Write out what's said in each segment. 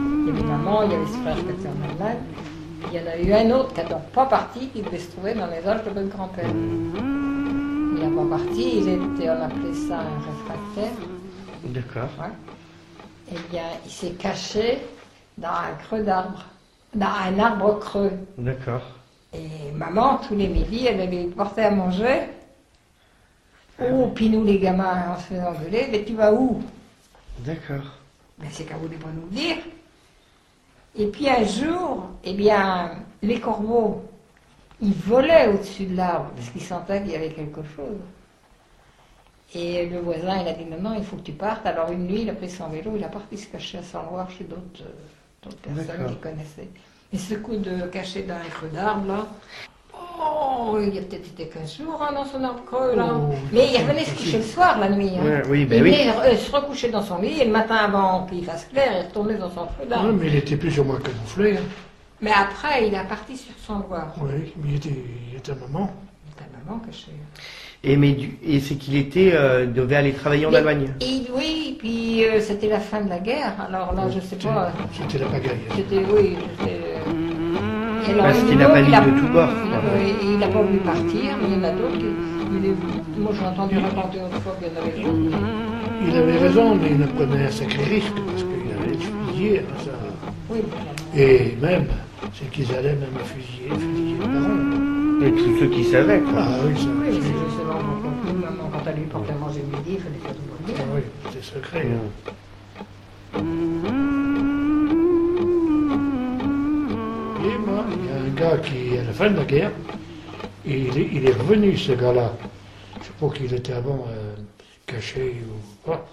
il y avait ce frère qui était en Allemagne. Il y en a eu un autre qui n'a donc pas parti, qui devait se trouver dans les âges de votre grand-père. Il n'a pas parti, il était, on appelait ça un réfractaire. D'accord. Ouais. Eh bien, il s'est caché dans un creux d'arbre, dans un arbre creux. D'accord. Et maman, tous les midis, elle allait lui porter à manger. Oh, puis nous, les gamins, on se faisait engueuler, mais tu vas où D'accord. Ben, c'est qu'elle voulait pas nous le dire. Et puis un jour, eh bien, les corbeaux, ils volaient au-dessus de l'arbre parce qu'ils sentaient qu'il y avait quelque chose. Et le voisin, il a dit non, non, il faut que tu partes. Alors une nuit, il a pris son vélo, il a parti se cacher à Saint-Loire chez d'autres euh, d'autres personnes D'accord. qu'il connaissait. Et ce coup de cacher dans un creux d'arbre, là, oh, il y a peut-être été 15 jours hein, dans son arbre creux, là. Oh. Mais il revenait se coucher le soir, la nuit. hein. Ouais, oui, ben il oui. venait euh, se recoucher dans son lit et le matin avant qu'il fasse clair, il retournait dans son feu d'arbre. Ouais, mais il était plus ou moins camouflé. hein. Mais après, il a parti sur son loir. Oui, mais il était, il était un moment. Ta maman cachée. Et, mais du- et c'est qu'il était, euh, devait aller travailler en Mais- Allemagne. Et oui, puis euh, c'était la fin de la guerre. Alors là, je sais pas. C'était la pagaille. hein. C'était, oui, c'était. euh, et alors, Parce qu'il il- n'a pas il mis a- de tout bord, il quoi. a- Il n'a pas voulu partir, mais il y en a d'autres. qui- il est- Moi, j'ai entendu raconter autrefois qu'il y en avait d'autres. Il avait raison, mais il prenait un sacré risque parce qu'il allait se fusiller. hein, ça. Oui, mais- Et même, c'est qu'ils allaient même fusiller, fusiller les parents. Et tous ceux qui savaient, quoi. Ah oui, ça, oui, oui, c'est justement mon contenu. Maman, quand elle lui portait à manger le midi, il fallait pas tout ah oui, c'est secret. hein. Et moi, il y a un gars qui, à la fin de la guerre, et il, est- il est revenu, ce gars-là. Je sais pas qu'il était avant euh, caché ou quoi.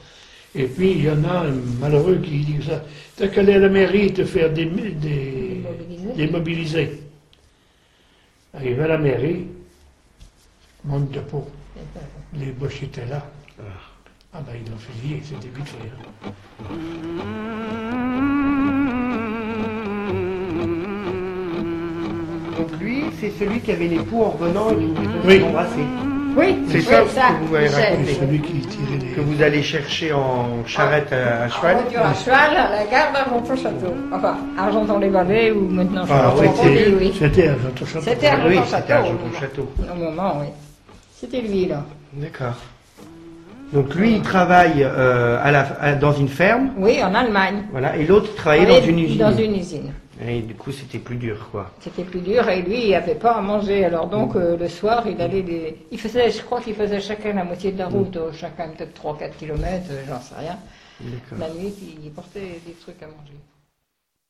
Et puis, il y en a un malheureux qui dit ça. T'as qu'à aller à la mairie te faire des, des, Démobiliser. démobiliser. Arrivé à la mairie, manque de peau. euh, Les boches étaient là. Ah ben, ils l'ont fusillé, c'était vite fait. hein. Donc lui, c'est celui qui avait les poux en revenant et qui Oui. voulait s'embrasser. Oui, C'est oui, ça, que vous m'avez Michel. C'est raconté. celui qui tirait les... Eh ben. Que vous allez chercher en charrette à, à cheval. En voiture à cheval, à la gare d'Argenton-Château. Enfin, Argenton-les-Vallées ou maintenant Ah, Château. oui, oui, c'est- Eh oui. c'était un autre château. C'était un- Oui, Argenton c'était Château. Argenton Château. Au moment, oui. C'était lui, là. D'accord. Donc lui, il travaille euh, à la, à- dans une ferme, Oui, en Allemagne. voilà, et l'autre travaillait Ah Oui, dans une usine. Dans une usine. Et du coup, c'était plus dur, quoi. C'était plus dur et lui, il n'avait pas à manger. Alors Mm. donc, euh, le soir, il allait des... Il faisait, je crois qu'il faisait chacun la moitié de Mm. la route, euh, chacun peut-être 3-4 kilomètres, euh, j'en sais rien. D'accord. La nuit, il portait des trucs à manger.